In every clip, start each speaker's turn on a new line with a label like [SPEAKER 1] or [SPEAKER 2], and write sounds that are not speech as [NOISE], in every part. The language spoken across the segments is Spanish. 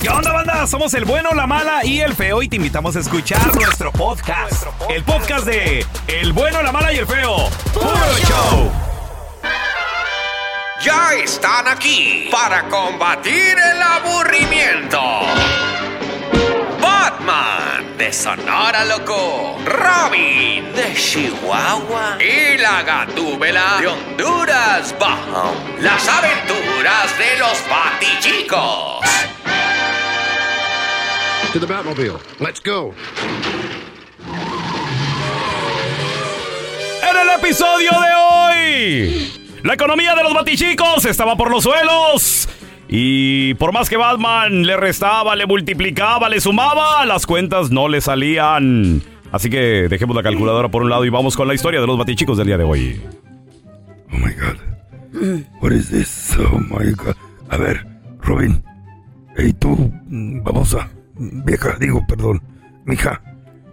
[SPEAKER 1] ¿Qué onda, banda? Somos el bueno, la mala y el feo y te invitamos a escuchar nuestro podcast. El podcast de El bueno, la mala y el feo. ¡Puro show!
[SPEAKER 2] Ya están aquí para combatir el aburrimiento. Batman de Sonora Loco, Robin de Chihuahua y la Gatúbela de Honduras Bajo. Las aventuras de los Batichicos.
[SPEAKER 3] to the Batmobile. Let's go.
[SPEAKER 1] En el episodio de hoy, la economía de los batichicos estaba por los suelos. Y por más que Batman le restaba, le multiplicaba, le sumaba, las cuentas no le salían. Así que dejemos la calculadora por un lado y vamos con la historia de los batichicos del día de hoy.
[SPEAKER 4] Oh my god. What is this? Oh my god. A ver, Robin. Hey tú, babosa. Vieja, digo, perdón. Mija,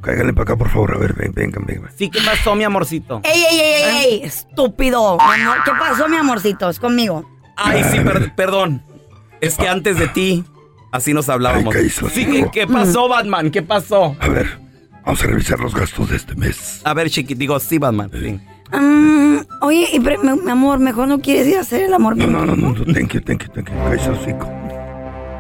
[SPEAKER 4] cáigale para acá, por favor. A ver, ven, vengan, vengan.
[SPEAKER 5] Sí, ¿qué pasó, mi amorcito?
[SPEAKER 6] ¡Ey, ey, ey, ey, ey! ¡Estúpido! Amor, ¿Qué pasó, mi amorcito? Es conmigo.
[SPEAKER 5] Ay, sí, per- perdón. Es que antes de ti, así nos hablábamos.
[SPEAKER 4] Ay, ¿qué hizo,
[SPEAKER 5] sí,
[SPEAKER 4] hijo?
[SPEAKER 5] ¿qué, qué pasó, Batman? ¿Qué pasó?
[SPEAKER 4] A ver, vamos a revisar los gastos de este mes. Eh,
[SPEAKER 5] A ver, chiqui, digo, sí, Batman. sí.
[SPEAKER 6] Mm, oye, y pre- mi mi amor, mejor no quieres ir a hacer el amor.
[SPEAKER 4] No, no, no, no. no, Thank you, thank you, thank you. Cállese, hocico.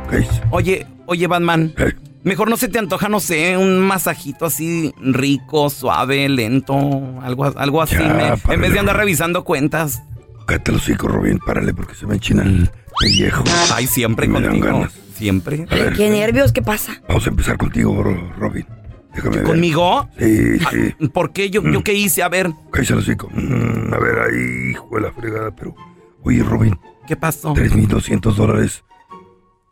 [SPEAKER 4] Cállese.
[SPEAKER 5] Oye, oye, Batman.
[SPEAKER 4] Eh,
[SPEAKER 5] Mejor no se te antoja, no sé, un masajito así rico, suave, lento, algo, algo así.
[SPEAKER 4] Ya,
[SPEAKER 5] me- en vez
[SPEAKER 4] párale.
[SPEAKER 5] de andar revisando cuentas.
[SPEAKER 4] cállate el hocico, Robin. Párale, porque se me enchina el pellejo.
[SPEAKER 5] Ay, siempre
[SPEAKER 4] Me dan
[SPEAKER 5] contigo.
[SPEAKER 4] ganas.
[SPEAKER 5] Siempre.
[SPEAKER 4] A ver,
[SPEAKER 6] [LAUGHS] ¿Qué nervios? ¿Qué pasa?
[SPEAKER 4] vamos a empezar contigo, Ro- Robin. Déjame ver.
[SPEAKER 5] ¿Conmigo? Ah,
[SPEAKER 4] Sí, sí. Mm.
[SPEAKER 5] ¿Por qué? ¿Yo, ¿Yo qué hice? A ver,
[SPEAKER 4] Cállese el hocico. Mm, a ver, ahí, hijo de la fregada, pero... Oye, Robin,
[SPEAKER 5] ¿qué pasó?
[SPEAKER 4] 3.200 dólares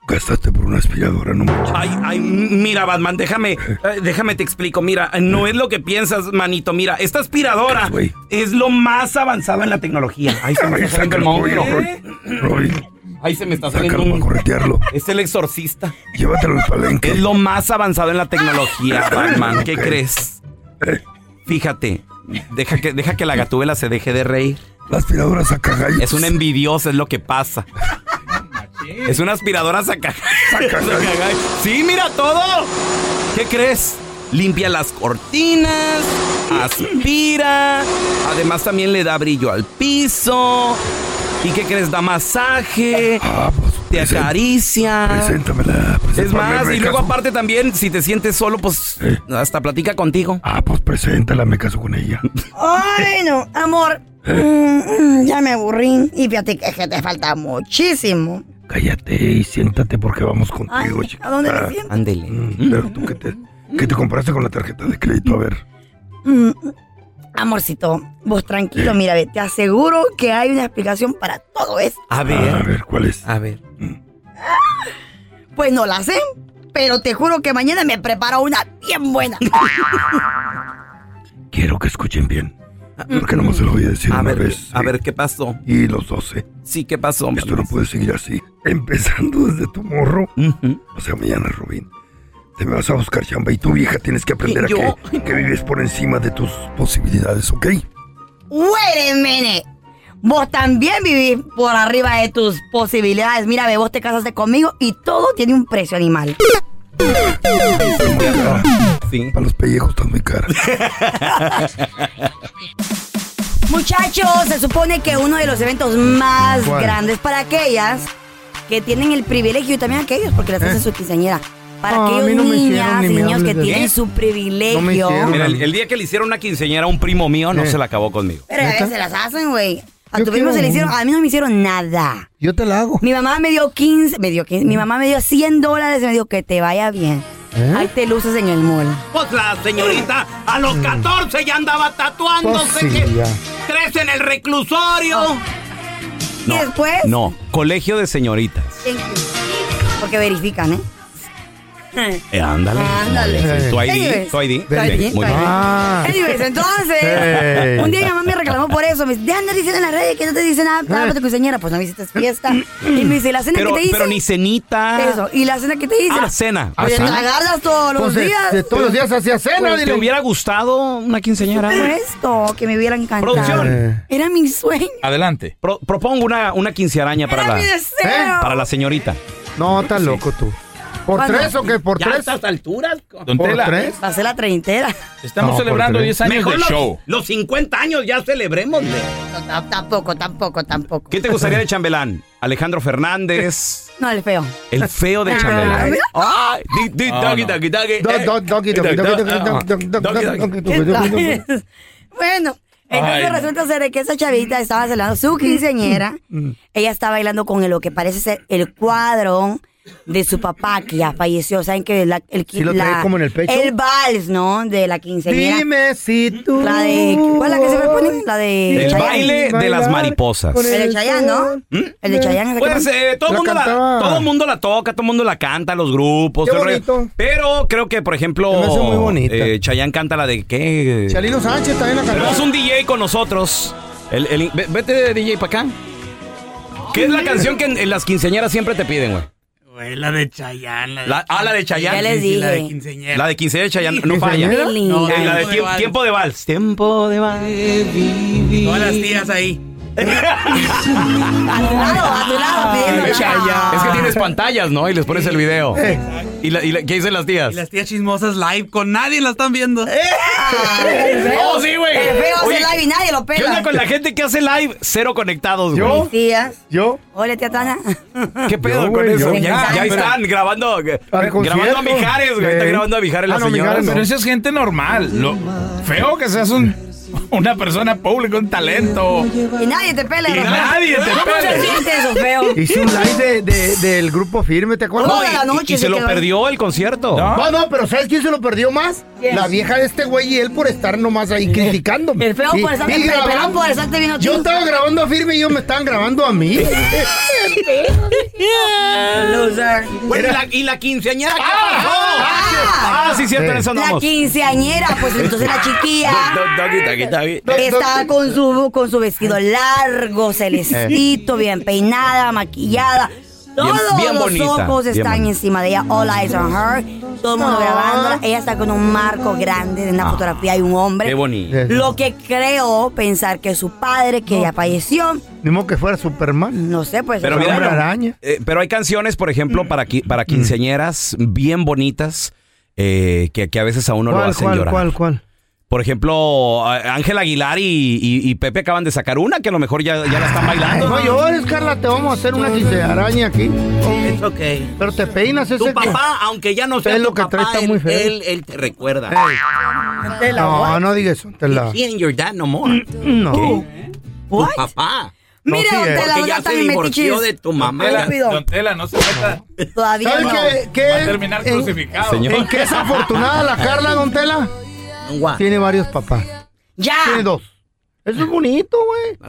[SPEAKER 4] gastaste por una aspiradora, no manches.
[SPEAKER 5] Ay, ay, mira, Batman, déjame, eh, déjame te explico. Mira, no es lo que piensas, manito. Mira, esta aspiradora
[SPEAKER 4] ¿Qué, güey?
[SPEAKER 5] es lo más avanzado en la tecnología. Ay, se me
[SPEAKER 4] Ay,
[SPEAKER 5] está saliendo el
[SPEAKER 4] sácalo, oye,
[SPEAKER 5] monstruo.
[SPEAKER 4] Robin. Robin,
[SPEAKER 5] Ay, se me está saliendo
[SPEAKER 4] sácalo para
[SPEAKER 5] un...
[SPEAKER 4] corretearlo.
[SPEAKER 5] [LAUGHS] Es el exorcista.
[SPEAKER 4] Llévatelo al palenque.
[SPEAKER 5] Es lo más avanzado en la
[SPEAKER 4] [LAUGHS]
[SPEAKER 5] tecnología, Batman. ¿Qué
[SPEAKER 4] Ok.
[SPEAKER 5] crees?
[SPEAKER 4] Eh,
[SPEAKER 5] Fíjate, deja que, deja que la gatúbela se deje de reír.
[SPEAKER 4] la aspiradora saca gallos.
[SPEAKER 5] Es una envidiosa, es lo que pasa. Es una aspiradora saca. sacagallos. Sí, mira todo. ¿Qué crees? Limpia las cortinas, aspira, además también le da brillo al piso. ¿Y qué crees? Da masaje,
[SPEAKER 4] Ah, pues,
[SPEAKER 5] te
[SPEAKER 4] presen-
[SPEAKER 5] acaricia.
[SPEAKER 4] Preséntamela. pues,
[SPEAKER 5] Es
[SPEAKER 4] preséntamela,
[SPEAKER 5] más,
[SPEAKER 4] me
[SPEAKER 5] y luego
[SPEAKER 4] caso.
[SPEAKER 5] aparte también, si te sientes solo, pues
[SPEAKER 4] Eh.
[SPEAKER 5] hasta platica contigo.
[SPEAKER 4] Ah, pues preséntala, me caso con ella.
[SPEAKER 6] Ay, no, amor. Mm, mm, ya me aburrí. Y fíjate que, que te falta muchísimo.
[SPEAKER 4] Cállate y siéntate porque vamos
[SPEAKER 6] Ay,
[SPEAKER 4] contigo, chica.
[SPEAKER 6] ¿A dónde me
[SPEAKER 4] Ah,
[SPEAKER 6] siento?
[SPEAKER 5] Ándele.
[SPEAKER 4] mm, Pero tú que te, que te compraste con la tarjeta de crédito, a ver.
[SPEAKER 6] Mm, mm. amorcito, vos tranquilo, mira, ve, te aseguro que hay una explicación para todo esto.
[SPEAKER 5] A
[SPEAKER 4] Ah, a
[SPEAKER 5] ver,
[SPEAKER 4] ver, ¿cuál es?
[SPEAKER 5] a ver.
[SPEAKER 6] Pues no la sé, pero te juro que mañana me preparo una bien buena.
[SPEAKER 4] Quiero que escuchen bien. Porque nomás se lo voy a decir
[SPEAKER 5] A
[SPEAKER 4] una
[SPEAKER 5] ver,
[SPEAKER 4] vez.
[SPEAKER 5] a
[SPEAKER 4] sí.
[SPEAKER 5] ver qué pasó.
[SPEAKER 4] Y los doce.
[SPEAKER 5] Sí, ¿qué pasó?
[SPEAKER 4] Esto no puede seguir así. Empezando desde tu morro.
[SPEAKER 5] Ujú.
[SPEAKER 4] O sea, mañana, Rubín. Te me vas a buscar chamba y tu vieja tienes que aprender a
[SPEAKER 5] ¿Yo?
[SPEAKER 4] que, que vives por encima de tus posibilidades, ¿ok?
[SPEAKER 6] Wait a minute. Vos también vivís por arriba de tus posibilidades. Mira, ve, vos te casaste conmigo y todo tiene un precio animal.
[SPEAKER 5] Sí.
[SPEAKER 4] Para los pellejos estás muy cara.
[SPEAKER 6] Muchachos, se supone que uno de los eventos más grandes para aquellas que tienen el privilegio y también aquellos, porque les hacen su quinceañera. Para
[SPEAKER 7] Eh. No, a
[SPEAKER 6] aquellos
[SPEAKER 7] mí no me hicieron,
[SPEAKER 6] niñas
[SPEAKER 7] ni
[SPEAKER 6] y
[SPEAKER 7] me
[SPEAKER 6] niños que
[SPEAKER 7] hables de
[SPEAKER 6] tienen
[SPEAKER 7] eso.
[SPEAKER 6] su privilegio.
[SPEAKER 5] Mira, el, el día que le hicieron una quinceñera a un primo mío, no se la acabó conmigo.
[SPEAKER 6] Pero a veces se las hacen, güey. A
[SPEAKER 8] Yo
[SPEAKER 6] tu primo
[SPEAKER 8] quiero
[SPEAKER 6] se le hicieron,
[SPEAKER 8] una.
[SPEAKER 6] a mí no me hicieron nada.
[SPEAKER 8] Yo te la hago.
[SPEAKER 6] Mi mamá me dio 15, me dio
[SPEAKER 7] Mm.
[SPEAKER 6] 15, mi mamá me dio 100 dólares y me dijo que te vaya bien.
[SPEAKER 7] ¿Eh?
[SPEAKER 6] Ahí te luces en el mall.
[SPEAKER 9] Pues la señorita a los 14 ya andaba tatuándose.
[SPEAKER 6] Pues sí,
[SPEAKER 9] que
[SPEAKER 6] ya.
[SPEAKER 9] Tres en el reclusorio.
[SPEAKER 6] Y después,
[SPEAKER 5] No, colegio de señoritas.
[SPEAKER 6] porque verifican, ¿eh?
[SPEAKER 5] Eh, ándale.
[SPEAKER 6] Ándale.
[SPEAKER 5] Ándale. Tu ID,
[SPEAKER 6] Anyways.
[SPEAKER 5] tu ID.
[SPEAKER 6] Tu ID.
[SPEAKER 5] Muy bien.
[SPEAKER 6] Anyways, entonces,
[SPEAKER 5] Hey.
[SPEAKER 6] un día mi mamá me reclamó por eso. Me dice, de andar diciendo en las redes que no te dice nada, nada para tu quinceañera, pues no me hiciste fiesta. Y me dice, ¿la cena
[SPEAKER 5] Pero,
[SPEAKER 6] que te hice?
[SPEAKER 5] pero ni cenita.
[SPEAKER 6] Eso, ¿y la cena que te hice?
[SPEAKER 5] Ah, cena.
[SPEAKER 6] Pues
[SPEAKER 5] Ah, cena.
[SPEAKER 6] agarras todos los
[SPEAKER 5] Pues, de-
[SPEAKER 6] días.
[SPEAKER 5] de todos los días hacía cena, Pues, ¿te dile. hubiera gustado una quinceañera? Eh.
[SPEAKER 6] Pero esto, que me hubiera encantado.
[SPEAKER 5] Producción.
[SPEAKER 6] Era mi sueño.
[SPEAKER 5] Adelante. Pro- propongo una, una quincearaña para la,
[SPEAKER 6] mi deseo. ¿Eh?
[SPEAKER 5] para la señorita.
[SPEAKER 8] No, estás loco tú. ¿Por
[SPEAKER 6] ¿Cuándo?
[SPEAKER 8] tres o qué? ¿Por
[SPEAKER 6] Ya a
[SPEAKER 8] tres?
[SPEAKER 6] estas
[SPEAKER 9] alturas?
[SPEAKER 8] Don ¿Por Tela? tres?
[SPEAKER 6] Pasé la treintera.
[SPEAKER 8] Estamos No, por celebrando tres. 10 años
[SPEAKER 9] Mejor
[SPEAKER 8] de
[SPEAKER 9] los,
[SPEAKER 8] show.
[SPEAKER 9] Los 50 años ya celebremos.
[SPEAKER 6] No, ta- tampoco, tampoco, tampoco.
[SPEAKER 5] ¿Quién te
[SPEAKER 8] [LAUGHS]
[SPEAKER 5] gustaría de chambelán? Alejandro Fernández.
[SPEAKER 6] No, el feo.
[SPEAKER 5] El feo de
[SPEAKER 6] Ah,
[SPEAKER 5] chambelán.
[SPEAKER 6] mira.
[SPEAKER 5] Ay, di- di-
[SPEAKER 8] Ah,
[SPEAKER 5] doggy,
[SPEAKER 8] no.
[SPEAKER 5] doggy, doggy.
[SPEAKER 8] Do-
[SPEAKER 5] Eh,
[SPEAKER 8] do- doggy, doggy,
[SPEAKER 5] eh,
[SPEAKER 8] doggy,
[SPEAKER 5] ah,
[SPEAKER 8] doggy,
[SPEAKER 5] ah.
[SPEAKER 8] doggy, doggy, doggy, doggy, doggy.
[SPEAKER 6] Entonces, [LAUGHS] bueno, entonces
[SPEAKER 8] Ay. Mm,
[SPEAKER 6] resulta ser que esa chavita estaba celebrando su quinceañera. Ella está bailando con lo que parece ser el cuadro de su papá que ya falleció. ¿Saben que la- el
[SPEAKER 8] ¿Sí lo trae
[SPEAKER 6] la-
[SPEAKER 8] como en el pecho?
[SPEAKER 6] El vals, ¿no? De la quinceañera.
[SPEAKER 8] Dime si tú.
[SPEAKER 6] La de. ¿Cuál es la que se me pone? La de.
[SPEAKER 5] El
[SPEAKER 6] Chayanne.
[SPEAKER 5] baile de las mariposas.
[SPEAKER 6] El de Chayanne, ¿no? ¿Mm? El de Chayanne.
[SPEAKER 5] Pues eh, todo
[SPEAKER 6] La
[SPEAKER 5] el mundo la,
[SPEAKER 6] cantaba.
[SPEAKER 5] todo mundo la toca, todo el mundo la canta, los grupos.
[SPEAKER 8] Qué
[SPEAKER 5] todo el rollo. Pero creo que, por ejemplo,
[SPEAKER 8] me hace muy bonita.
[SPEAKER 5] eh, Chayanne canta la de qué.
[SPEAKER 8] Chalino Sánchez también la
[SPEAKER 5] Tenemos
[SPEAKER 8] cantaba.
[SPEAKER 5] un DJ con nosotros. El, el- ve- vete DJ para acá. ¿Qué es la canción que en, en las quinceañeras siempre te piden, güey?
[SPEAKER 10] Güey, la de Chayanne. La de,
[SPEAKER 5] La- ah, la de Chayanne.
[SPEAKER 10] Ya les Sí, sí, la de dije. quinceañera.
[SPEAKER 5] La de quinceañera de Chayanne. No falla.
[SPEAKER 10] ¿Quinceañera? No,
[SPEAKER 5] Eh, la de
[SPEAKER 10] tiempo de
[SPEAKER 5] tiempo,
[SPEAKER 10] vals.
[SPEAKER 5] tiempo de vals. Tiempo de vals.
[SPEAKER 10] Todas las tías ahí.
[SPEAKER 6] A tu lado, a tu lado, pidiendo.
[SPEAKER 5] Ah, Es que
[SPEAKER 10] Ah.
[SPEAKER 5] tienes pantallas, ¿no? Y les pones el video. ¿Y, la- y la- qué dicen las tías?
[SPEAKER 10] Y las tías chismosas live con nadie la están viendo.
[SPEAKER 8] Eh.
[SPEAKER 6] El feo-
[SPEAKER 5] Oh, sí, güey.
[SPEAKER 6] El feo
[SPEAKER 5] Oye,
[SPEAKER 6] hace live y nadie lo
[SPEAKER 5] ¿Qué
[SPEAKER 6] pela.
[SPEAKER 5] onda con la gente que hace live? Cero conectados, güey.
[SPEAKER 6] Mis tías.
[SPEAKER 8] ¿Yo?
[SPEAKER 6] Hola, tía Tana.
[SPEAKER 5] ¿Qué pedo
[SPEAKER 8] Yo,
[SPEAKER 5] con
[SPEAKER 8] güey,
[SPEAKER 5] eso?
[SPEAKER 8] yo.
[SPEAKER 5] Ya, ya
[SPEAKER 8] Ah, pero-
[SPEAKER 5] están grabando, eh, grabando
[SPEAKER 8] concierto.
[SPEAKER 5] a Mijares, güey.
[SPEAKER 11] Eh,
[SPEAKER 5] Están
[SPEAKER 8] Sí.
[SPEAKER 5] grabando a Mijares
[SPEAKER 8] Ah,
[SPEAKER 5] la
[SPEAKER 8] no,
[SPEAKER 5] señora.
[SPEAKER 8] Mijares,
[SPEAKER 5] ¿no?
[SPEAKER 11] Pero eso es gente normal. Lo feo que seas un, una persona pública, un talento.
[SPEAKER 6] Y nadie te pela.
[SPEAKER 11] Y
[SPEAKER 6] Rafael.
[SPEAKER 11] nadie te
[SPEAKER 6] ¿Cómo
[SPEAKER 11] pela.
[SPEAKER 6] se siente eso, feo?
[SPEAKER 8] Hice un live de, de- del grupo firme, ¿te acuerdas?
[SPEAKER 6] Toda No, y- la noche
[SPEAKER 5] Y se lo perdió el concierto.
[SPEAKER 8] [LAUGHS]
[SPEAKER 5] [LAUGHS]
[SPEAKER 8] No, [LAUGHS] no, pero ¿sabes quién se lo perdió más? La vieja de este güey y él por estar nomás ahí criticándome. El
[SPEAKER 6] feo por estar- el pelón por estarte viendo
[SPEAKER 8] Yo
[SPEAKER 6] tú.
[SPEAKER 8] estaba grabando a firme y ellos me estaban grabando a mí.
[SPEAKER 6] Loser.
[SPEAKER 5] Bueno, y la, y la quinceañera, ¿qué pasó?
[SPEAKER 6] Ah,
[SPEAKER 5] Ah, sí, cierto, en eso
[SPEAKER 6] La
[SPEAKER 5] andamos.
[SPEAKER 6] quinceañera, pues entonces la chiquilla
[SPEAKER 5] Doggy, doggy, doggy.
[SPEAKER 6] está con su, con su vestido largo, celestito, bien peinada, maquillada. Todos
[SPEAKER 5] Eh. bien
[SPEAKER 6] los
[SPEAKER 5] bonita,
[SPEAKER 6] ojos
[SPEAKER 5] bien
[SPEAKER 6] están
[SPEAKER 5] bonita.
[SPEAKER 6] encima de ella. All eyes on her. Todo el mundo
[SPEAKER 8] Ah.
[SPEAKER 6] grabándola. Ella está con un marco grande de una fotografía y un hombre.
[SPEAKER 5] Ah, Qué bonito.
[SPEAKER 6] Lo que creo pensar que su padre, que ya falleció,
[SPEAKER 8] Mismo que fuera Superman.
[SPEAKER 6] No sé, pues.
[SPEAKER 5] Pero,
[SPEAKER 6] fue
[SPEAKER 5] mira,
[SPEAKER 6] hombre
[SPEAKER 5] eh, pero hay canciones, por ejemplo, para, qui- para quinceañeras bien bonitas eh, que, que a veces a uno lo
[SPEAKER 8] ¿Cuál,
[SPEAKER 5] hacen
[SPEAKER 8] cuál,
[SPEAKER 5] llorar.
[SPEAKER 8] cuál, cuál?
[SPEAKER 5] Por ejemplo, a- Ángel Aguilar y, y- y Pepe acaban de sacar una que a lo mejor ya, ya la [LAUGHS] están bailando.
[SPEAKER 8] No llores, Carla, te vamos a hacer una quinceañera aquí.
[SPEAKER 9] Es ok.
[SPEAKER 8] Pero te peinas ese...
[SPEAKER 9] Tu papá, aunque ya no sea
[SPEAKER 8] Pelo
[SPEAKER 9] tu
[SPEAKER 8] que
[SPEAKER 9] papá,
[SPEAKER 8] trae está
[SPEAKER 9] él,
[SPEAKER 8] muy feo.
[SPEAKER 9] él- él te recuerda.
[SPEAKER 8] No, no digas eso, te la...
[SPEAKER 9] He and your dad no more.
[SPEAKER 8] No.
[SPEAKER 9] Tu papá.
[SPEAKER 8] No, Mira, sí don es. Tela,
[SPEAKER 9] Porque
[SPEAKER 8] ya
[SPEAKER 9] ya
[SPEAKER 8] está
[SPEAKER 9] se
[SPEAKER 8] bien
[SPEAKER 9] divorció
[SPEAKER 8] metichis.
[SPEAKER 9] de tu mamá.
[SPEAKER 8] Don Tela,
[SPEAKER 9] Ya-
[SPEAKER 8] don
[SPEAKER 11] Tela, no se meta.
[SPEAKER 6] Todavía
[SPEAKER 8] ¿Sabes qué, qué-
[SPEAKER 11] Va a terminar
[SPEAKER 8] en-
[SPEAKER 11] crucificado.
[SPEAKER 8] ¿En qué es afortunada la Carla, don Tela?
[SPEAKER 9] Guau.
[SPEAKER 8] Tiene varios papás.
[SPEAKER 6] ¡Ya!
[SPEAKER 8] Tiene dos. Eso es bonito,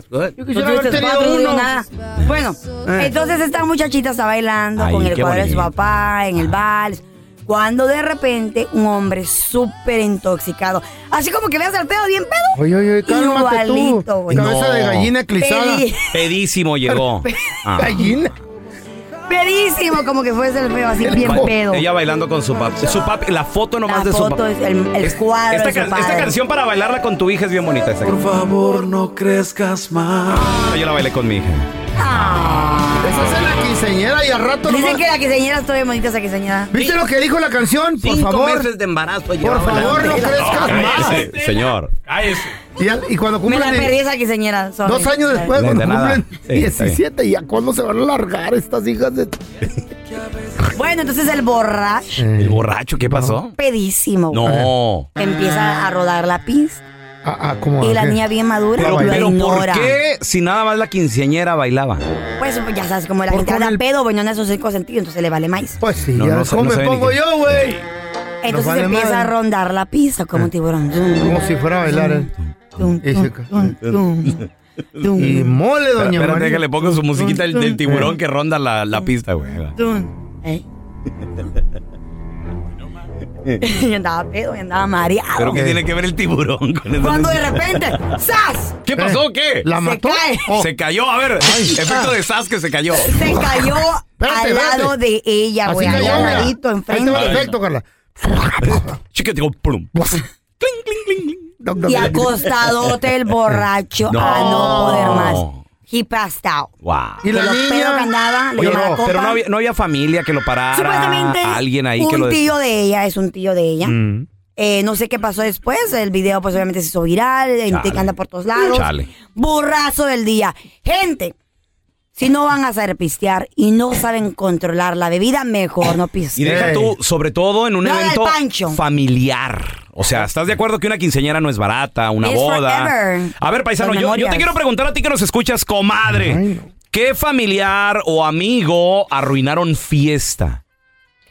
[SPEAKER 8] güey. Yo quisiera
[SPEAKER 6] Entonces,
[SPEAKER 8] haber
[SPEAKER 6] este
[SPEAKER 8] tenido
[SPEAKER 6] cuadro de
[SPEAKER 8] uno.
[SPEAKER 6] nada. Bueno,
[SPEAKER 8] Eh.
[SPEAKER 6] entonces esta muchachita está bailando
[SPEAKER 8] Ay,
[SPEAKER 6] con el
[SPEAKER 8] qué
[SPEAKER 6] cuadro de su
[SPEAKER 8] bonito.
[SPEAKER 6] papá, en el vals. Cuando de repente un hombre súper intoxicado, así como que le hace el pedo bien pedo.
[SPEAKER 8] Oye, oye, oye, cálmate
[SPEAKER 6] Igualito,
[SPEAKER 8] tú.
[SPEAKER 6] güey.
[SPEAKER 8] Cabeza de
[SPEAKER 5] No.
[SPEAKER 8] gallina eclizada.
[SPEAKER 6] Pedi-
[SPEAKER 5] Pedísimo llegó. Ah.
[SPEAKER 8] Gallina.
[SPEAKER 6] pedísimo, como que fuese el pedo, así bien
[SPEAKER 5] Ba-
[SPEAKER 6] pedo.
[SPEAKER 5] Ella bailando con su papá. Su papi- la foto nomás
[SPEAKER 6] La
[SPEAKER 5] de su
[SPEAKER 6] foto
[SPEAKER 5] papá.
[SPEAKER 6] es el- el cuadro
[SPEAKER 5] Esta,
[SPEAKER 6] de su
[SPEAKER 5] can- esta
[SPEAKER 6] padre.
[SPEAKER 5] canción para bailarla con tu hija es bien bonita. Esta
[SPEAKER 10] Por
[SPEAKER 5] canción. Ah,
[SPEAKER 10] favor, no crezcas más.
[SPEAKER 5] Yo la bailé con mi hija.
[SPEAKER 8] Esa es la quinceñera y al rato
[SPEAKER 6] Dicen
[SPEAKER 8] nomás-
[SPEAKER 6] que la quinceañera está bien bonita esa quinceañera.
[SPEAKER 8] ¿Viste lo que dijo la canción? Por
[SPEAKER 9] Cinco
[SPEAKER 8] favor.
[SPEAKER 9] meses de embarazo
[SPEAKER 8] Ah, Por favor, no crezcas más.
[SPEAKER 5] Señor.
[SPEAKER 11] Cállese.
[SPEAKER 8] Y, al- y cuando
[SPEAKER 6] Me
[SPEAKER 8] cumplen
[SPEAKER 6] la
[SPEAKER 8] die-
[SPEAKER 6] perdí esa quinceañera. sorry.
[SPEAKER 8] dos años después,
[SPEAKER 6] Sorry.
[SPEAKER 8] cuando
[SPEAKER 5] de nada.
[SPEAKER 8] cumplen
[SPEAKER 5] Sí, está bien.
[SPEAKER 8] 17, ¿y a cuándo se van a largar estas hijas de.?
[SPEAKER 6] Bueno, entonces el borracho,
[SPEAKER 5] El borracho, ¿qué pasó?
[SPEAKER 6] pedísimo. güey.
[SPEAKER 5] No.
[SPEAKER 6] Empieza a rodar la pista.
[SPEAKER 8] Ah,
[SPEAKER 5] ¿cómo?
[SPEAKER 6] Y la
[SPEAKER 5] ¿Qué?
[SPEAKER 6] niña bien madura
[SPEAKER 5] Pero,
[SPEAKER 6] lo
[SPEAKER 5] pero ¿por
[SPEAKER 6] ignora.
[SPEAKER 5] qué si nada más la quinceañera bailaba?
[SPEAKER 6] Pues ya sabes, como la gente anda pedo, bueno, en esos cinco sentidos, entonces le vale más.
[SPEAKER 8] Pues sí,
[SPEAKER 5] No, ya no ves sé- cómo no me sabe ni pongo qué- yo,
[SPEAKER 8] güey.
[SPEAKER 6] Entonces
[SPEAKER 8] vale
[SPEAKER 6] empieza
[SPEAKER 8] madre.
[SPEAKER 6] a rondar la pista como un tiburón.
[SPEAKER 8] Como si fuera a bailar, ¿eh?
[SPEAKER 6] [LAUGHS]
[SPEAKER 8] Y se ca- Y
[SPEAKER 6] [LAUGHS]
[SPEAKER 8] mole,
[SPEAKER 5] Espera-
[SPEAKER 8] doña
[SPEAKER 5] Espérate
[SPEAKER 8] María. Eh.
[SPEAKER 5] que le pongo su musiquita del, del tiburón que ronda la, la pista, güey.
[SPEAKER 6] Dun. Ey.
[SPEAKER 8] Eh.
[SPEAKER 6] y andaba pedo, y andaba mareado.
[SPEAKER 5] Pero ¿qué tiene que ver el tiburón con eso?
[SPEAKER 6] Cuando de repente, ¡zas!
[SPEAKER 5] ¿Qué pasó?
[SPEAKER 8] Eh,
[SPEAKER 5] ¿Qué?
[SPEAKER 6] ¿La Se mató? cae.
[SPEAKER 8] Oh.
[SPEAKER 5] Se cayó, a ver. efecto de sas que se cayó.
[SPEAKER 6] Se cayó
[SPEAKER 8] Espérate,
[SPEAKER 6] al lado
[SPEAKER 8] espérate.
[SPEAKER 6] de ella,
[SPEAKER 8] Así
[SPEAKER 6] güey.
[SPEAKER 8] cayó,
[SPEAKER 6] Al
[SPEAKER 8] mira.
[SPEAKER 6] ladito,
[SPEAKER 8] Ahí te va el
[SPEAKER 6] enfrente.
[SPEAKER 8] efecto, Carla.
[SPEAKER 5] Chica, digo,
[SPEAKER 8] [LAUGHS]
[SPEAKER 5] plum.
[SPEAKER 6] Y acostadote el borracho
[SPEAKER 5] No.
[SPEAKER 6] a no poder más. He passed out.
[SPEAKER 5] Wow.
[SPEAKER 6] De los pedos que andaba, le
[SPEAKER 5] Oye,
[SPEAKER 6] llamaba copa.
[SPEAKER 5] pero no había, no había familia que lo parara.
[SPEAKER 6] Supuestamente
[SPEAKER 5] alguien ahí
[SPEAKER 6] un
[SPEAKER 5] que lo des-
[SPEAKER 6] tío de ella, es un tío de ella.
[SPEAKER 5] Mm.
[SPEAKER 6] Eh, no sé qué pasó después, el video pues obviamente se hizo viral, la gente que anda por todos lados.
[SPEAKER 5] Chale.
[SPEAKER 6] Burrazo del día. Gente, si no van a saber pistear y no saben controlar la bebida, mejor no
[SPEAKER 5] Y
[SPEAKER 6] pisteen.
[SPEAKER 5] deja tú, sobre todo en un
[SPEAKER 6] No, del
[SPEAKER 5] evento
[SPEAKER 6] Pancho.
[SPEAKER 5] familiar. O sea, ¿estás de acuerdo que una quinceañera no es barata, una
[SPEAKER 6] It's
[SPEAKER 5] boda?
[SPEAKER 6] forever.
[SPEAKER 5] A ver, paisano,
[SPEAKER 6] Las
[SPEAKER 5] yo, yo
[SPEAKER 6] memorias.
[SPEAKER 5] te quiero preguntar a ti que nos escuchas, comadre. ¿Qué familiar o amigo arruinaron fiesta?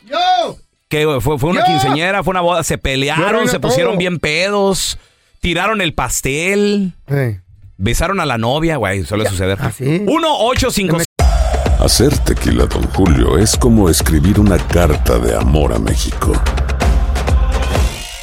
[SPEAKER 8] ¡Yo!
[SPEAKER 5] ¿Qué, güey? fue, fue una
[SPEAKER 8] Yo.
[SPEAKER 5] quinceañera, fue una boda, se
[SPEAKER 8] Yo
[SPEAKER 5] pelearon,
[SPEAKER 8] arruiné
[SPEAKER 5] se pusieron
[SPEAKER 8] todo.
[SPEAKER 5] bien pedos, tiraron el pastel, besaron a la novia, güey, suele suceder.
[SPEAKER 8] ah,
[SPEAKER 5] Uno, ocho, cinco,
[SPEAKER 12] Hacer tequila, Don Julio, es como escribir una carta de amor a México.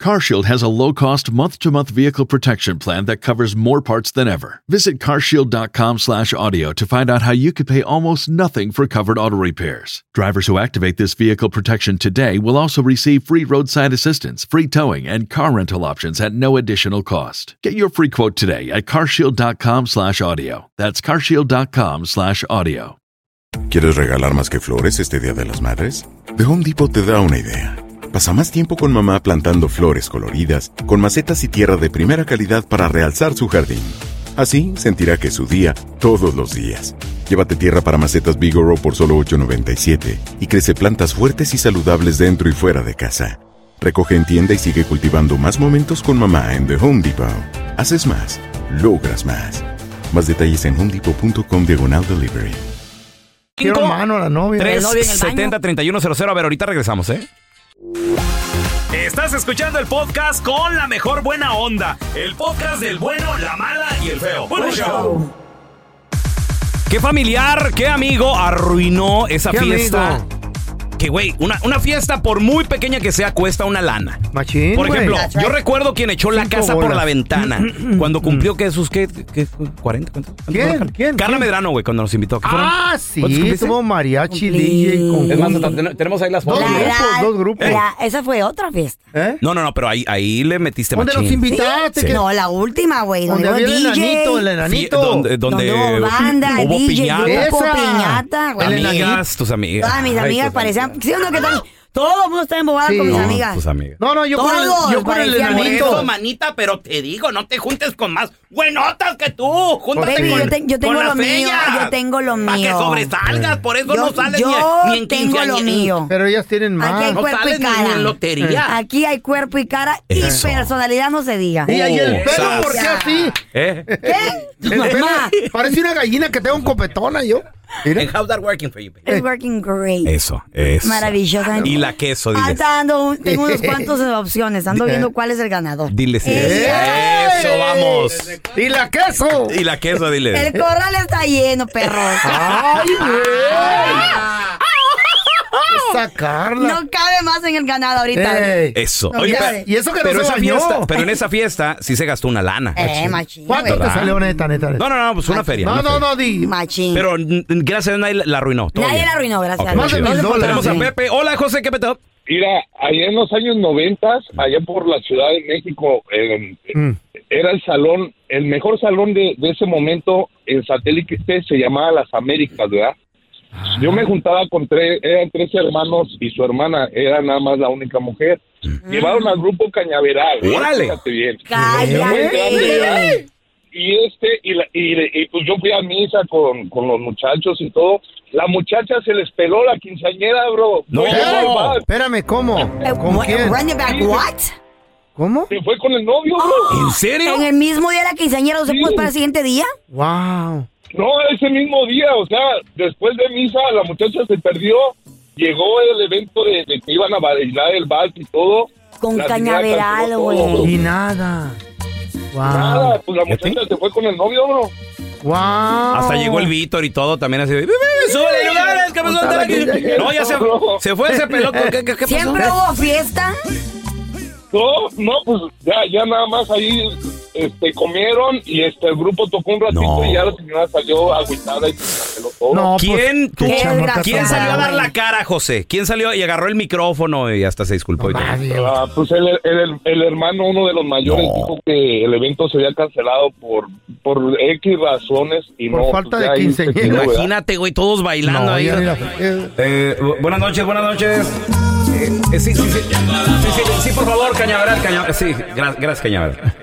[SPEAKER 13] CarShield has a low-cost month-to-month vehicle protection plan that covers more parts than ever. Visit carshield.com/audio to find out how you could pay almost nothing for covered auto repairs. Drivers who activate this vehicle protection today will also receive free roadside assistance, free towing, and car rental options at no additional cost. Get your free quote today at carshield.com/audio. That's carshield.com/audio.
[SPEAKER 14] ¿Quieres regalar más que flores este Día de las Madres? The Home Depot te da una idea. Pasa más tiempo con mamá plantando flores coloridas, con macetas y tierra de primera calidad para realzar su jardín. Así sentirá que es su día todos los días. Llévate tierra para macetas Bigoro por solo $8.97 y crece plantas fuertes y saludables dentro y fuera de casa. Recoge en tienda y sigue cultivando más momentos con mamá en The Home Depot. Haces más, logras más. Más detalles en homedepot.com diagonal delivery.
[SPEAKER 8] Quiero mano a la novia.
[SPEAKER 5] Tres, 70 31 00. A ver, ahorita regresamos, ¿eh?
[SPEAKER 1] Estás escuchando el podcast con la mejor buena onda. El podcast del bueno, la mala y el feo. Bueno, show.
[SPEAKER 5] ¿Qué familiar, qué amigo arruinó esa
[SPEAKER 1] ¿Qué
[SPEAKER 5] fiesta? Que, güey, una, una fiesta, por muy pequeña que sea, cuesta una lana.
[SPEAKER 8] Machín,
[SPEAKER 5] por
[SPEAKER 8] güey.
[SPEAKER 5] ejemplo, yo recuerdo quien echó la
[SPEAKER 8] Cinco
[SPEAKER 5] casa por
[SPEAKER 8] bolas.
[SPEAKER 5] la
[SPEAKER 8] [CLEARS THROAT]
[SPEAKER 5] ventana
[SPEAKER 8] Mm, mm,
[SPEAKER 5] cuando cumplió que sus, ¿qué? qué ¿40? ¿Cuánto?
[SPEAKER 8] ¿Quién? ¿Quién?
[SPEAKER 5] Carla Medrano, güey, cuando nos invitó. ¿Qué fueron?
[SPEAKER 8] Ah, sí,
[SPEAKER 5] ¿Cuántos cumpliste?
[SPEAKER 8] tuvo mariachi, DJ con...
[SPEAKER 5] Es más, hasta ten- tenemos ahí las
[SPEAKER 8] Dos
[SPEAKER 5] fotos. güey.
[SPEAKER 8] grupos, dos grupos. ¿eh?
[SPEAKER 6] La- esa fue otra fiesta.
[SPEAKER 5] No, no, no, pero ahí, ahí le metiste
[SPEAKER 6] ¿Dónde
[SPEAKER 5] Este machín.
[SPEAKER 6] los invitaste?
[SPEAKER 5] Sí.
[SPEAKER 6] No, la última, güey.
[SPEAKER 8] Donde
[SPEAKER 6] Donde hubo
[SPEAKER 8] había el
[SPEAKER 6] DJ.
[SPEAKER 8] enanito, el enanito.
[SPEAKER 5] Sí, donde, donde
[SPEAKER 6] Donde hubo banda,
[SPEAKER 5] hubo
[SPEAKER 6] DJ,
[SPEAKER 5] piñata.
[SPEAKER 6] grupo,
[SPEAKER 8] Esa.
[SPEAKER 6] piñata, güey.
[SPEAKER 5] Amigas, tus amigas.
[SPEAKER 6] Todas mis
[SPEAKER 5] Ay,
[SPEAKER 6] amigas
[SPEAKER 5] tus
[SPEAKER 6] parecían. ¿Sí o no que están? Todo el mundo está embobado con mis
[SPEAKER 5] No, pues,
[SPEAKER 6] amigas.
[SPEAKER 5] tus amigas.
[SPEAKER 8] No, no, yo con el-
[SPEAKER 6] Todos
[SPEAKER 8] yo con el
[SPEAKER 6] parecían
[SPEAKER 8] enanito.
[SPEAKER 6] morenos.
[SPEAKER 5] manita, pero te digo, no te juntes con más buenotas que tú. Júntate
[SPEAKER 6] Baby,
[SPEAKER 5] con,
[SPEAKER 6] yo, te- yo tengo
[SPEAKER 5] con
[SPEAKER 6] lo
[SPEAKER 5] las
[SPEAKER 6] mío,
[SPEAKER 5] bellas.
[SPEAKER 6] yo tengo lo mío.
[SPEAKER 5] Pa' que sobresalgas, por eso
[SPEAKER 6] Yo-
[SPEAKER 5] no sales
[SPEAKER 6] yo
[SPEAKER 5] ni- ni en
[SPEAKER 6] tengo lo
[SPEAKER 5] quinceañera.
[SPEAKER 6] mío.
[SPEAKER 8] Pero ellas tienen más.
[SPEAKER 6] Aquí hay cuerpo y cara.
[SPEAKER 8] Eh.
[SPEAKER 6] Aquí hay cuerpo y cara
[SPEAKER 8] Eso.
[SPEAKER 6] y personalidad no se diga. Oh.
[SPEAKER 8] Y ahí el pelo, ¿por qué así?
[SPEAKER 5] ¿Eh?
[SPEAKER 6] ¿Qué?
[SPEAKER 8] El pelo
[SPEAKER 6] Mamá.
[SPEAKER 8] parece una gallina que tengo un copetona yo. Eh.
[SPEAKER 5] And how's that working for you, baby?
[SPEAKER 6] It's working great.
[SPEAKER 5] Eso, eso.
[SPEAKER 6] Maravillosa.
[SPEAKER 5] Y la queso,
[SPEAKER 6] Ah,
[SPEAKER 5] diles.
[SPEAKER 6] está dando un- tengo unos cuantos de opciones. Ando
[SPEAKER 5] Eh.
[SPEAKER 6] viendo cuál es el ganador.
[SPEAKER 5] Diles
[SPEAKER 6] Eh.
[SPEAKER 5] eso. Eso, vamos.
[SPEAKER 8] Y la queso.
[SPEAKER 5] Y la queso, diles.
[SPEAKER 6] El corral está lleno, perro.
[SPEAKER 8] Ay, güey. sacarla.
[SPEAKER 6] No cabe más en el ganado ahorita.
[SPEAKER 5] Eso.
[SPEAKER 6] No,
[SPEAKER 5] Oye,
[SPEAKER 6] ya,
[SPEAKER 5] pero-
[SPEAKER 6] y eso que no
[SPEAKER 5] pero
[SPEAKER 6] se
[SPEAKER 5] esa
[SPEAKER 6] bañó.
[SPEAKER 5] fiesta, Pero en esa fiesta sí se gastó una lana.
[SPEAKER 6] Eh, machín.
[SPEAKER 5] ¿Cuánto
[SPEAKER 6] güey.
[SPEAKER 5] te salió,
[SPEAKER 8] neta, neta?
[SPEAKER 5] No, no, no, pues una feria.
[SPEAKER 6] No,
[SPEAKER 5] una
[SPEAKER 6] no,
[SPEAKER 5] feria.
[SPEAKER 6] no, di. Machín.
[SPEAKER 5] Pero mm, gracias a Dios nadie la- la arruinó. todo
[SPEAKER 6] Nadie
[SPEAKER 5] bien.
[SPEAKER 6] la arruinó, gracias.
[SPEAKER 5] Ok,
[SPEAKER 6] a Dios.
[SPEAKER 5] chido.
[SPEAKER 6] No le faltó
[SPEAKER 5] Tenemos a
[SPEAKER 6] nada.
[SPEAKER 5] Pepe. Hola, José, ¿qué peteo?
[SPEAKER 11] Mira, allá en los años noventas, allá por la Ciudad de México, eh,
[SPEAKER 7] Mm.
[SPEAKER 11] era el salón, el mejor salón de, de ese momento en satélite se llamaba Las Américas, ¿verdad?
[SPEAKER 5] Ah.
[SPEAKER 11] Yo me juntaba con tres, eran tres hermanos y su hermana era nada más la única mujer. Llevaron al grupo Cañaveral. ¿eh?
[SPEAKER 15] Órale.
[SPEAKER 11] Fíjate bien.
[SPEAKER 15] ¡Cállate!
[SPEAKER 11] Y este, y, la- y- y pues yo fui a misa con, con los muchachos y todo. La muchacha se les peló la quinceañera, bro.
[SPEAKER 8] No.
[SPEAKER 11] llegó al bar.
[SPEAKER 8] Espérame, ¿cómo? ¿Con
[SPEAKER 6] what-
[SPEAKER 8] quién?
[SPEAKER 6] running back, what? Oh.
[SPEAKER 8] ¿Cómo?
[SPEAKER 11] Se fue con el novio, bro.
[SPEAKER 6] ¿En el mismo día de la quinceañera no se puede esperar el siguiente día?
[SPEAKER 8] Wow.
[SPEAKER 11] No, ese mismo día, o sea, después de misa, la muchacha se perdió. Llegó el evento de, de que iban a bailar el vals y todo.
[SPEAKER 6] Con
[SPEAKER 11] La señora
[SPEAKER 6] cañaveral,
[SPEAKER 11] canceló todo,
[SPEAKER 6] güey.
[SPEAKER 11] bro.
[SPEAKER 8] nada.
[SPEAKER 11] Nada, pues la muchacha se fue con el novio, bro.
[SPEAKER 8] Wow.
[SPEAKER 5] Hasta llegó el Víctor y todo también así. de, ¡Súbele, lugares, que me sueltan aquí! No, ya se, se fue ese pelotón. ¿Qué, qué,
[SPEAKER 6] [LAUGHS]
[SPEAKER 5] qué pasó?
[SPEAKER 6] ¿Siempre hubo fiesta?
[SPEAKER 11] No, no, pues ya, ya nada más ahí este, comieron y este, el grupo tocó un ratito y ya la señora salió agüitada y se canceló todo.
[SPEAKER 5] ¿Quién, tú-
[SPEAKER 11] qué chamaca
[SPEAKER 5] ¿quién
[SPEAKER 11] tan
[SPEAKER 5] salió a
[SPEAKER 11] brava,
[SPEAKER 5] dar la cara, José? ¿Quién salió y agarró el micrófono y hasta se disculpó? y todo?
[SPEAKER 11] Ah, pues el, el- el hermano, uno de los mayores, dijo que el evento se había cancelado por, por X razones y no.
[SPEAKER 5] Oh,
[SPEAKER 11] pues, ya ahí se quedó, ¿verdad?
[SPEAKER 5] Imagínate, güey, todos bailando
[SPEAKER 11] No,
[SPEAKER 5] ahí.
[SPEAKER 11] ya mira,
[SPEAKER 5] Eh, bu- buenas noches, buenas noches. Eh, eh, sí, sí, sí, sí, sí, sí, por favor, Cañaveral, Cañaveral. Sí, gra- gracias, Cañaveral.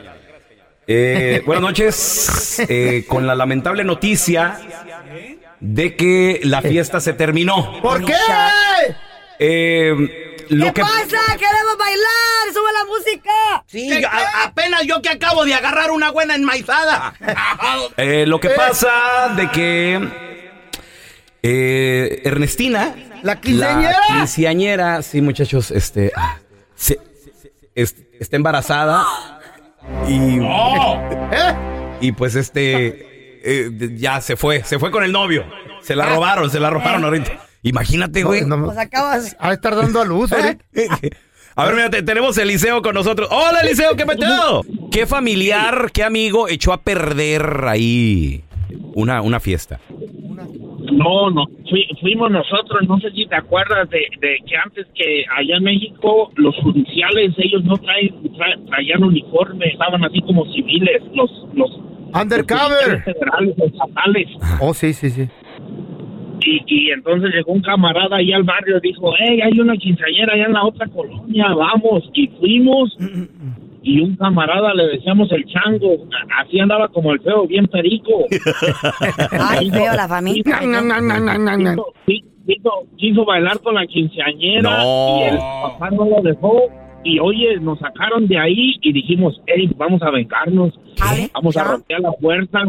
[SPEAKER 5] Eh, buenas noches. Eh, con la lamentable noticia de que la fiesta se terminó.
[SPEAKER 8] ¿Por qué?
[SPEAKER 5] Eh, lo
[SPEAKER 6] ¿Qué
[SPEAKER 5] que
[SPEAKER 6] pasa? ¡Queremos bailar! ¡Sube la música!
[SPEAKER 5] Sí,
[SPEAKER 6] ¿Qué-
[SPEAKER 5] apenas yo que acabo de agarrar una buena enmaizada. Eh, lo que
[SPEAKER 6] Eh.
[SPEAKER 5] pasa de que eh, Ernestina, la
[SPEAKER 8] quinceañera.
[SPEAKER 5] quinceañera, sí muchachos, este, ah, se- es- está embarazada y y pues este eh, de- ya se fue, se fue con el novio, se la robaron, se la robaron ahorita. Imagínate, güey.
[SPEAKER 6] Pues acabas.
[SPEAKER 8] A estar dando a luz, ahorita.
[SPEAKER 5] A ver, mira, te- tenemos a Eliseo con nosotros. Hola, Eliseo, ¿qué metido? ¿Qué familiar, qué amigo echó a perder ahí una, una fiesta?
[SPEAKER 16] No, no, fui- fuimos nosotros, no sé si te acuerdas de, de que antes que allá en México los judiciales, ellos no traen, tra- traían uniforme, estaban así como civiles, los... los
[SPEAKER 8] Undercover.
[SPEAKER 16] los federales, los estatales.
[SPEAKER 8] Oh, sí, sí, sí.
[SPEAKER 16] Y, y entonces llegó un camarada ahí al barrio, dijo, hey, hay una quinceañera allá en la otra colonia, vamos. Y fuimos, y un camarada le decíamos el chango, así andaba como el feo, bien perico.
[SPEAKER 6] Ay, feo la familia.
[SPEAKER 16] Quiso- qui- quiso- Quiso bailar con la quinceañera
[SPEAKER 6] No.
[SPEAKER 16] y el papá no lo dejó. Y oye, nos sacaron de ahí y dijimos, hey, vamos a vengarnos, vamos a romper la puerta.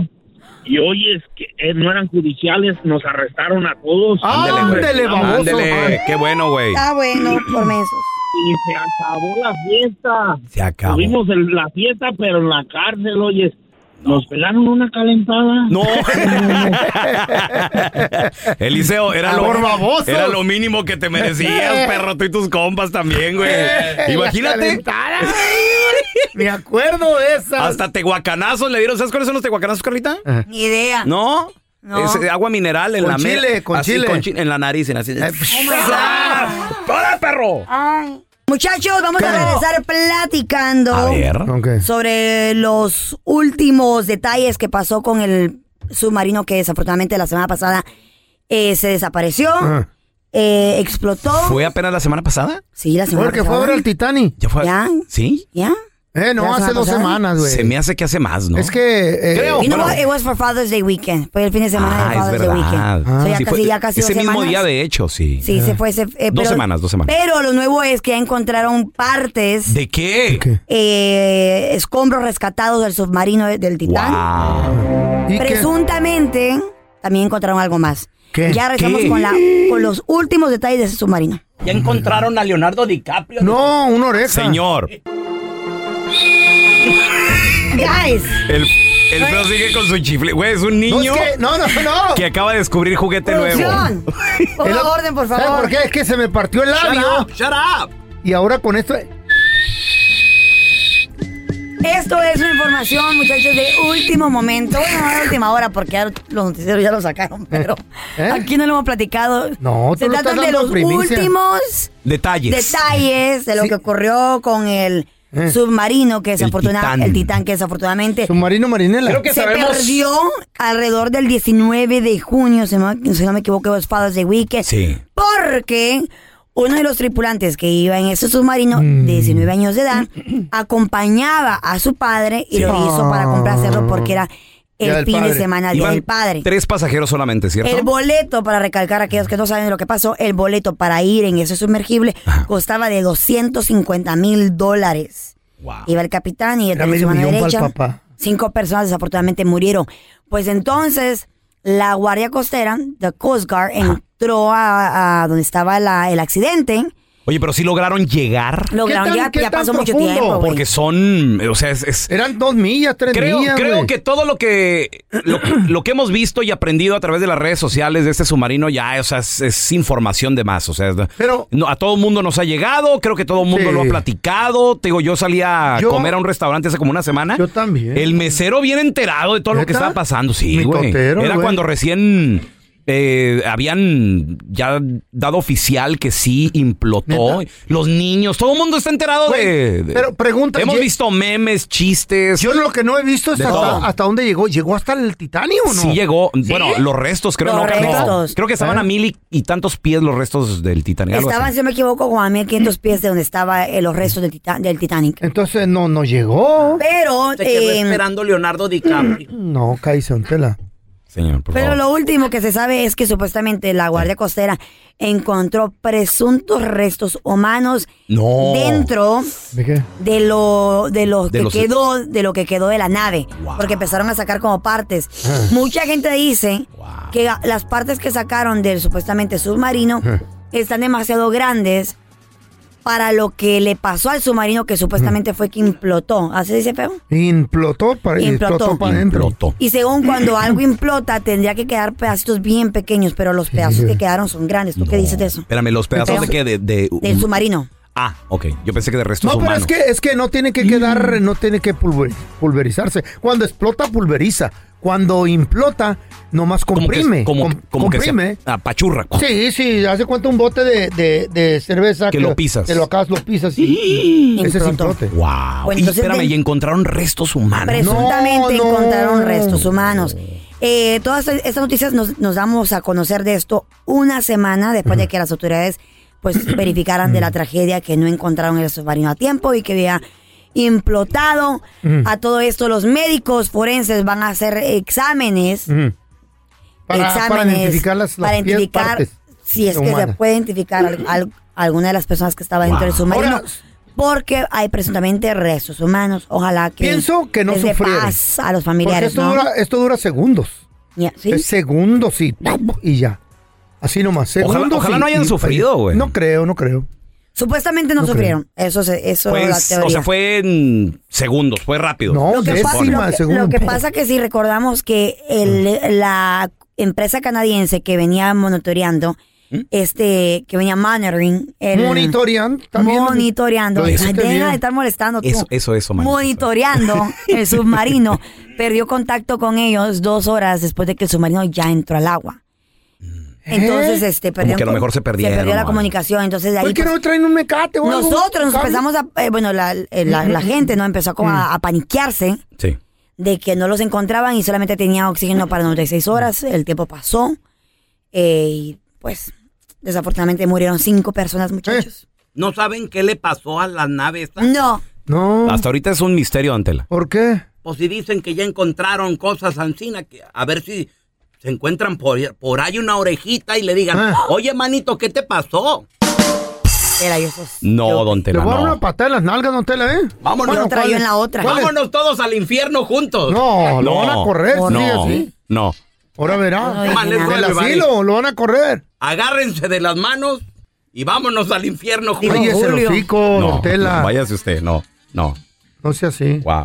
[SPEAKER 16] Y oye, es que eh, no eran judiciales, nos arrestaron a
[SPEAKER 5] güey.
[SPEAKER 16] todos.
[SPEAKER 8] Ah.
[SPEAKER 5] Ándele, qué bueno, güey.
[SPEAKER 6] Está bueno, por mesos.
[SPEAKER 16] Y se acabó la fiesta.
[SPEAKER 5] Se acabó.
[SPEAKER 16] Tuvimos el- la fiesta, pero en la cárcel, oye. Nos pelaron una calentada. [LAUGHS]
[SPEAKER 5] No. Eliseo, era lo,
[SPEAKER 16] Por babosos.
[SPEAKER 5] era lo mínimo que te
[SPEAKER 8] Eh.
[SPEAKER 5] merecías, perro, tú y tus compas también, güey. Imagínate.
[SPEAKER 8] Me acuerdo de esa.
[SPEAKER 5] Hasta tehuacanazos le dieron. ¿Sabes cuáles son los tehuacanazos, Carlita?
[SPEAKER 6] Ni idea.
[SPEAKER 5] No. Es eh, agua mineral en
[SPEAKER 8] Con
[SPEAKER 5] la me-
[SPEAKER 8] chile, con
[SPEAKER 5] así,
[SPEAKER 8] chile. Eh,
[SPEAKER 5] chi- en la nariz, en así.
[SPEAKER 6] Oh
[SPEAKER 5] ¡Hola, perro!
[SPEAKER 6] Ay. Muchachos, vamos a regresar platicando
[SPEAKER 5] A ver.
[SPEAKER 6] sobre los últimos detalles que pasó con el submarino que desafortunadamente la semana pasada eh, se desapareció,
[SPEAKER 5] Ah.
[SPEAKER 6] eh, explotó.
[SPEAKER 5] ¿Fue apenas la semana pasada?
[SPEAKER 6] Sí, la semana
[SPEAKER 8] Porque fue
[SPEAKER 6] pasada.
[SPEAKER 8] ahora el Titanic.
[SPEAKER 5] ¿Ya fue?
[SPEAKER 6] ¿Ya?
[SPEAKER 5] ¿Sí?
[SPEAKER 6] ¿Ya?
[SPEAKER 8] Eh, no,
[SPEAKER 6] ¿La
[SPEAKER 8] hace
[SPEAKER 6] semana
[SPEAKER 8] dos
[SPEAKER 6] pasada?
[SPEAKER 8] semanas, güey.
[SPEAKER 5] Se me hace que hace más, ¿no?
[SPEAKER 8] Es que. eh,
[SPEAKER 6] you know what? It was for Father's Day weekend. Fue el fin de semana
[SPEAKER 5] Ah,
[SPEAKER 6] de
[SPEAKER 5] es
[SPEAKER 6] Father's Day
[SPEAKER 5] verdad.
[SPEAKER 6] weekend. So ya
[SPEAKER 5] Sí,
[SPEAKER 6] casi,
[SPEAKER 5] fue
[SPEAKER 6] ya casi
[SPEAKER 5] ese
[SPEAKER 6] dos
[SPEAKER 5] mismo
[SPEAKER 6] semanas.
[SPEAKER 5] día, de hecho, sí.
[SPEAKER 6] Sí, se fue. Se, eh,
[SPEAKER 5] dos
[SPEAKER 6] pero-
[SPEAKER 5] semanas, dos semanas.
[SPEAKER 6] Pero lo nuevo es que ya encontraron partes,
[SPEAKER 5] ¿De qué?
[SPEAKER 6] eh, escombros rescatados del submarino de- del Titán.
[SPEAKER 5] ¿Y qué?
[SPEAKER 6] Presuntamente también encontraron algo más.
[SPEAKER 5] ¿Qué?
[SPEAKER 6] Ya regresamos
[SPEAKER 5] ¿Qué?
[SPEAKER 6] con, la, con los últimos detalles de ese submarino.
[SPEAKER 5] Ya encontraron a Leonardo DiCaprio.
[SPEAKER 8] No, una oreja.
[SPEAKER 5] Señor.
[SPEAKER 6] Guys.
[SPEAKER 5] El, el feo sigue con su chifle. Güey, es un niño.
[SPEAKER 8] que- no, no, no.
[SPEAKER 5] Que acaba de descubrir juguete nuevo.
[SPEAKER 8] [LAUGHS] Producción.
[SPEAKER 6] Ponga
[SPEAKER 8] Es lo-
[SPEAKER 6] orden, por
[SPEAKER 8] ¿sabe
[SPEAKER 6] favor.
[SPEAKER 8] por qué? Es que se me partió el
[SPEAKER 6] Shut
[SPEAKER 8] labio.
[SPEAKER 6] up, shut up.
[SPEAKER 8] Y ahora con esto.
[SPEAKER 6] Esto es una información, muchachos, de último momento. Bueno, no de última hora, porque ya los noticieros ya
[SPEAKER 8] [LAUGHS]
[SPEAKER 6] lo sacaron, pero aquí no lo hemos platicado.
[SPEAKER 8] ¿Eh? No,
[SPEAKER 6] Se
[SPEAKER 8] tú no
[SPEAKER 6] tratan
[SPEAKER 8] estás
[SPEAKER 6] de
[SPEAKER 8] dando
[SPEAKER 6] los
[SPEAKER 8] primicia.
[SPEAKER 6] últimos
[SPEAKER 17] Detalles.
[SPEAKER 6] detalles de lo que ocurrió con el submarino que desafortunadamente,
[SPEAKER 8] Eh. Titán.
[SPEAKER 6] el titán que desafortunadamente
[SPEAKER 8] Submarino Marinela.
[SPEAKER 6] se perdió alrededor del 19 de junio, si no, si no me equivoco, es Father's Day Weekend.
[SPEAKER 8] Sí.
[SPEAKER 6] Porque uno de los tripulantes que iba en ese submarino
[SPEAKER 5] Mm.
[SPEAKER 6] de 19 años de edad acompañaba a su padre y
[SPEAKER 5] Sí.
[SPEAKER 6] lo hizo para complacerlo porque era
[SPEAKER 5] Día
[SPEAKER 6] el
[SPEAKER 5] del
[SPEAKER 6] fin de
[SPEAKER 5] padre.
[SPEAKER 6] semana, Día
[SPEAKER 5] Iban
[SPEAKER 6] del Padre.
[SPEAKER 5] Tres pasajeros solamente, ¿cierto?
[SPEAKER 6] El boleto, para recalcar a aquellos que no saben de lo que pasó, el boleto para ir en ese sumergible costaba de 250 mil dólares. Iba el capitán y el
[SPEAKER 8] Era
[SPEAKER 6] de
[SPEAKER 8] medio
[SPEAKER 6] su mano
[SPEAKER 8] millón
[SPEAKER 6] derecha.
[SPEAKER 8] para el papá.
[SPEAKER 6] Cinco personas desafortunadamente murieron. Pues entonces, la Guardia Costera, the Coast Guard, entró a, a donde estaba la- el accidente.
[SPEAKER 5] Oye, pero sí lograron llegar.
[SPEAKER 6] Lograron
[SPEAKER 8] tan-
[SPEAKER 6] ya,
[SPEAKER 8] qué
[SPEAKER 6] ya
[SPEAKER 8] tan
[SPEAKER 6] pasó mucho
[SPEAKER 8] profundo?
[SPEAKER 6] tiempo, güey.
[SPEAKER 5] Porque son, o sea, es... es-
[SPEAKER 8] Eran dos millas, tres
[SPEAKER 5] creo
[SPEAKER 8] millas.
[SPEAKER 5] creo
[SPEAKER 8] güey.
[SPEAKER 5] que todo lo que, lo, [CLEARS THROAT] lo que hemos visto y aprendido a través de las redes sociales de este submarino ya, o sea, es, es información de más, o sea, es- no, a todo el mundo nos ha llegado, creo que todo el mundo
[SPEAKER 17] Sí.
[SPEAKER 5] lo ha platicado, te digo, yo salí a
[SPEAKER 17] Yo-
[SPEAKER 5] comer a un restaurante hace como una semana. Yo también. El mesero bien enterado de todo lo que
[SPEAKER 17] ¿Neta?
[SPEAKER 5] estaba pasando, sí,
[SPEAKER 17] Mi
[SPEAKER 5] güey.
[SPEAKER 17] totero,
[SPEAKER 5] Era
[SPEAKER 17] güey.
[SPEAKER 5] cuando recién eh, habían ya dado oficial que sí implotó. Los niños, todo el mundo está enterado de, de-
[SPEAKER 8] Pero pregunta.
[SPEAKER 5] Hemos
[SPEAKER 8] ¿ye-
[SPEAKER 5] visto memes, chistes.
[SPEAKER 8] Yo lo que no he visto es
[SPEAKER 5] De todo.
[SPEAKER 8] hasta, hasta dónde llegó. ¿Llegó hasta el Titanic o no?
[SPEAKER 5] Sí llegó, bueno, los restos creo
[SPEAKER 6] Los
[SPEAKER 5] no, creo-
[SPEAKER 6] restos.
[SPEAKER 5] Creo que estaban
[SPEAKER 6] ¿Eh?
[SPEAKER 5] a mil y, y tantos pies los restos del Titanic. algo
[SPEAKER 6] Estaban,
[SPEAKER 5] así.
[SPEAKER 6] si no me equivoco, como a 1500 pies de donde estaban los restos del, Tita- del Titanic.
[SPEAKER 8] Entonces no, no llegó.
[SPEAKER 6] Pero,
[SPEAKER 8] Se quedó
[SPEAKER 6] esperando Leonardo DiCaprio.
[SPEAKER 8] [CLEARS THROAT] No, Kaiser, tela.
[SPEAKER 5] Señor, por
[SPEAKER 6] Pero lo último que se sabe es que supuestamente la Guardia Costera encontró presuntos restos humanos
[SPEAKER 5] No.
[SPEAKER 6] dentro
[SPEAKER 8] ¿De qué?
[SPEAKER 6] de lo de lo
[SPEAKER 8] De
[SPEAKER 6] que
[SPEAKER 8] los-
[SPEAKER 6] quedó de lo que quedó de la nave, porque empezaron a sacar como partes.
[SPEAKER 8] Ah.
[SPEAKER 6] Mucha gente dice que a- las partes que sacaron del supuestamente submarino
[SPEAKER 8] Ah.
[SPEAKER 6] están demasiado grandes para lo que le pasó al submarino que
[SPEAKER 8] Mm.
[SPEAKER 6] supuestamente fue que implotó. ¿Así dice feo?
[SPEAKER 8] Implotó para
[SPEAKER 6] Implotó.
[SPEAKER 8] implotó para adentro.
[SPEAKER 6] Y según cuando algo implota, tendría que quedar pedacitos bien pequeños, pero los pedazos que quedaron son grandes. ¿Tú qué dices de eso?
[SPEAKER 5] Espérame, los pedazos de qué? De, de-
[SPEAKER 6] Del submarino.
[SPEAKER 5] Ah, ok. Yo pensé que de restos
[SPEAKER 8] No, pero
[SPEAKER 5] humanos.
[SPEAKER 8] es que, es que no tiene que quedar, no tiene que pulver- pulverizarse. Cuando explota, pulveriza. Cuando implota, nomás comprime.
[SPEAKER 5] como,
[SPEAKER 8] com-
[SPEAKER 5] como que se ah,
[SPEAKER 8] comprime.
[SPEAKER 5] apachurra.
[SPEAKER 8] Sí, sí, hace cuenta un bote de, de- de cerveza.
[SPEAKER 5] Que lo pisas.
[SPEAKER 8] Que lo acabas, lo pisas y, y ese es implote.
[SPEAKER 5] Wow. y
[SPEAKER 6] Bueno, entonces
[SPEAKER 5] espérame,
[SPEAKER 6] de-
[SPEAKER 5] y encontraron restos
[SPEAKER 8] Ah,
[SPEAKER 5] humanos.
[SPEAKER 6] Presuntamente encontraron restos humanos. Eh, todas e- estas noticias nos, nos damos a conocer de esto una semana después de que las autoridades
[SPEAKER 8] [CLEARS THROAT]
[SPEAKER 6] pues verificaran de la tragedia que no encontraron el submarino a tiempo y que había implotado.
[SPEAKER 8] Ujú.
[SPEAKER 6] A todo esto los médicos forenses van a hacer exámenes
[SPEAKER 8] Ujú. Para,
[SPEAKER 6] exámenes
[SPEAKER 8] para identificar las, las
[SPEAKER 6] para
[SPEAKER 8] pies
[SPEAKER 6] identificar
[SPEAKER 8] partes
[SPEAKER 6] si es que se
[SPEAKER 8] humanas.
[SPEAKER 6] puede identificar al- al- alguna de las personas que estaba dentro
[SPEAKER 8] Wow.
[SPEAKER 6] del submarino.
[SPEAKER 8] Ahora-
[SPEAKER 6] porque hay presuntamente restos humanos. Ojalá que
[SPEAKER 8] Pienso que no
[SPEAKER 6] les dé
[SPEAKER 8] sufrieron.
[SPEAKER 6] paz a
[SPEAKER 8] Porque
[SPEAKER 6] los familiares,
[SPEAKER 8] esto,
[SPEAKER 6] ¿no?
[SPEAKER 8] dura, esto dura segundos.
[SPEAKER 6] Ya, ¿sí?
[SPEAKER 8] Es segundos y, y ya. Así nomás.
[SPEAKER 5] Ojalá-
[SPEAKER 8] Segundos
[SPEAKER 5] ojalá
[SPEAKER 8] y-
[SPEAKER 5] no hayan
[SPEAKER 8] y-
[SPEAKER 5] sufrido, güey.
[SPEAKER 8] No creo, no creo.
[SPEAKER 6] Supuestamente no,
[SPEAKER 8] No creo.
[SPEAKER 6] sufrieron. Eso, se- eso es la
[SPEAKER 5] Pues,
[SPEAKER 6] teoría.
[SPEAKER 5] o sea, fue en segundos, fue rápido.
[SPEAKER 6] lo, que
[SPEAKER 5] Se
[SPEAKER 6] pasa,
[SPEAKER 5] supone.
[SPEAKER 6] lo que- lo que pasa que si recordamos que el- la empresa canadiense que venía monitoreando,
[SPEAKER 5] ¿Mm?
[SPEAKER 6] este, que venía monitoring, el-
[SPEAKER 8] Monitorean, también.
[SPEAKER 6] monitoreando,
[SPEAKER 5] Lo dijiste
[SPEAKER 6] deja
[SPEAKER 5] bien.
[SPEAKER 6] de estar molestando tú.
[SPEAKER 5] Eso, eso, eso, man.
[SPEAKER 6] monitoreando
[SPEAKER 5] [LAUGHS]
[SPEAKER 6] el submarino, perdió contacto con ellos dos horas después de que el submarino ya entró al agua.
[SPEAKER 8] ¿Eh?
[SPEAKER 6] Entonces, este,
[SPEAKER 5] ¿Eh? Como
[SPEAKER 6] perdieron.
[SPEAKER 5] que a lo mejor se perdieron,
[SPEAKER 6] Se perdió la
[SPEAKER 5] ¿no?
[SPEAKER 6] comunicación. Entonces, de ahí.
[SPEAKER 8] ¿Por qué
[SPEAKER 6] pues,
[SPEAKER 8] no traen un
[SPEAKER 5] Ah,
[SPEAKER 8] mecate o algo?
[SPEAKER 6] nosotros nos
[SPEAKER 8] Cable.
[SPEAKER 6] empezamos a. eh, bueno, la, eh, la-
[SPEAKER 5] Mm,
[SPEAKER 6] la gente, ¿no? Empezó como a, a paniquearse
[SPEAKER 5] Sí.
[SPEAKER 6] de que no los encontraban y solamente tenían oxígeno para 96 horas. El tiempo pasó. eh, y pues, desafortunadamente murieron cinco personas, muchachos.
[SPEAKER 17] ¿No saben qué le pasó a la nave esta?
[SPEAKER 6] No.
[SPEAKER 8] No.
[SPEAKER 5] Hasta ahorita es un misterio, Antela.
[SPEAKER 8] ¿Por qué?
[SPEAKER 17] Pues si dicen que ya encontraron cosas ancina, que a ver si se encuentran por, por ahí una orejita y le digan,
[SPEAKER 8] Ah.
[SPEAKER 17] oye manito, ¿qué te pasó?
[SPEAKER 6] Era yo
[SPEAKER 5] No, don
[SPEAKER 8] Le
[SPEAKER 5] Tela,
[SPEAKER 8] voy a dar
[SPEAKER 5] no.
[SPEAKER 8] una patada en las nalgas, don Tela, ¿eh?
[SPEAKER 17] Vámonos.
[SPEAKER 8] Bueno, ¿cuál es? ¿Cuál es?
[SPEAKER 17] Vámonos todos al infierno juntos.
[SPEAKER 8] No, lo van a correr,
[SPEAKER 17] No.
[SPEAKER 8] sigue así.
[SPEAKER 5] No.
[SPEAKER 8] Ahora verá.
[SPEAKER 17] Ay,
[SPEAKER 8] Del
[SPEAKER 17] les duele,
[SPEAKER 8] asilo, lo van a correr.
[SPEAKER 17] Agárrense de las manos y vámonos al infierno juntos.
[SPEAKER 8] Cállese el hocico,
[SPEAKER 5] No,
[SPEAKER 8] don Tela.
[SPEAKER 5] no, váyase usted, no, no.
[SPEAKER 8] No sea así.
[SPEAKER 5] Wow.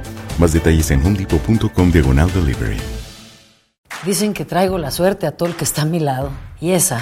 [SPEAKER 14] Más detalles en homedepot.com diagonal delivery.
[SPEAKER 7] Dicen que traigo la suerte a todo el que está a mi lado. Y esa